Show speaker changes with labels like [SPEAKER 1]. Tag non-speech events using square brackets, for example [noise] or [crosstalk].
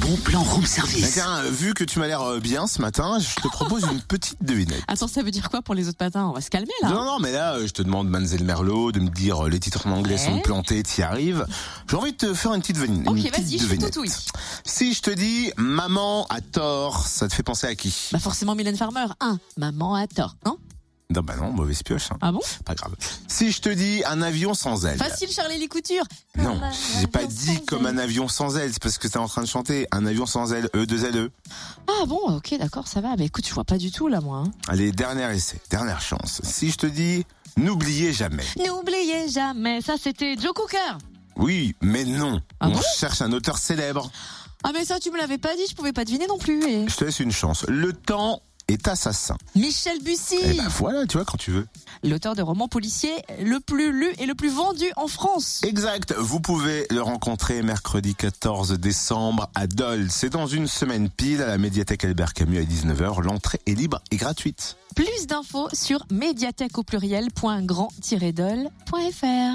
[SPEAKER 1] bon plan room service.
[SPEAKER 2] Tiens, vu que tu m'as l'air euh, bien ce matin, je te propose une petite
[SPEAKER 3] [laughs]
[SPEAKER 2] devinette.
[SPEAKER 3] Attends, ça veut dire quoi pour les autres matins On va se calmer là.
[SPEAKER 2] Non, non, mais là, euh, je te demande Manzel Merlot, de me dire euh, les titres en anglais sont
[SPEAKER 3] Ouais.
[SPEAKER 2] plantés, t'y arrives. J'ai envie de te faire une petite, devin- une
[SPEAKER 3] Ok,
[SPEAKER 2] petite
[SPEAKER 3] vas-y, je suis
[SPEAKER 2] devinette.
[SPEAKER 3] tout oui.
[SPEAKER 2] Si je te dis maman a tort, ça te fait penser à qui
[SPEAKER 3] Bah forcément Mylène Farmer. 1. Maman a tort, non
[SPEAKER 2] Non, bah non, mauvaise pioche, hein.
[SPEAKER 3] Ah bon
[SPEAKER 2] pas grave. Si je te dis un avion sans aile.
[SPEAKER 3] Facile Charlie les coutures.
[SPEAKER 2] Non,
[SPEAKER 3] Comme un
[SPEAKER 2] j'ai pas
[SPEAKER 3] avion
[SPEAKER 2] dit
[SPEAKER 3] sans
[SPEAKER 2] comme un
[SPEAKER 3] aile.
[SPEAKER 2] avion sans aile, c'est parce que t'es en train de chanter un avion sans aile, E, 2 L, E.
[SPEAKER 3] Ah bon, ok, d'accord, ça va. Mais écoute, je vois pas du tout là moi. hein.
[SPEAKER 2] Allez, dernier essai, dernière chance. Si je te dis n'oubliez jamais.
[SPEAKER 3] N'oubliez jamais, ça c'était Joe Cooker.
[SPEAKER 2] Oui, mais non.
[SPEAKER 3] Ah
[SPEAKER 2] On
[SPEAKER 3] bon
[SPEAKER 2] cherche un auteur célèbre.
[SPEAKER 3] Ah mais ça tu me l'avais pas dit, je pouvais pas deviner non plus. eh. et-
[SPEAKER 2] Je te laisse une chance. Le temps est assassin.
[SPEAKER 3] Michel
[SPEAKER 2] Eh
[SPEAKER 3] Bussy,
[SPEAKER 2] ben voilà, tu vois, quand tu veux.
[SPEAKER 3] l'auteur de romans policiers le plus lu et le plus vendu en France.
[SPEAKER 2] Exact. Vous pouvez le rencontrer mercredi 14 décembre à Dole. C'est dans une semaine pile à la médiathèque Albert Camus à 19h. L'entrée est libre et gratuite.
[SPEAKER 3] Plus d'infos sur médiathèque au pluriel.grand-dol.fr.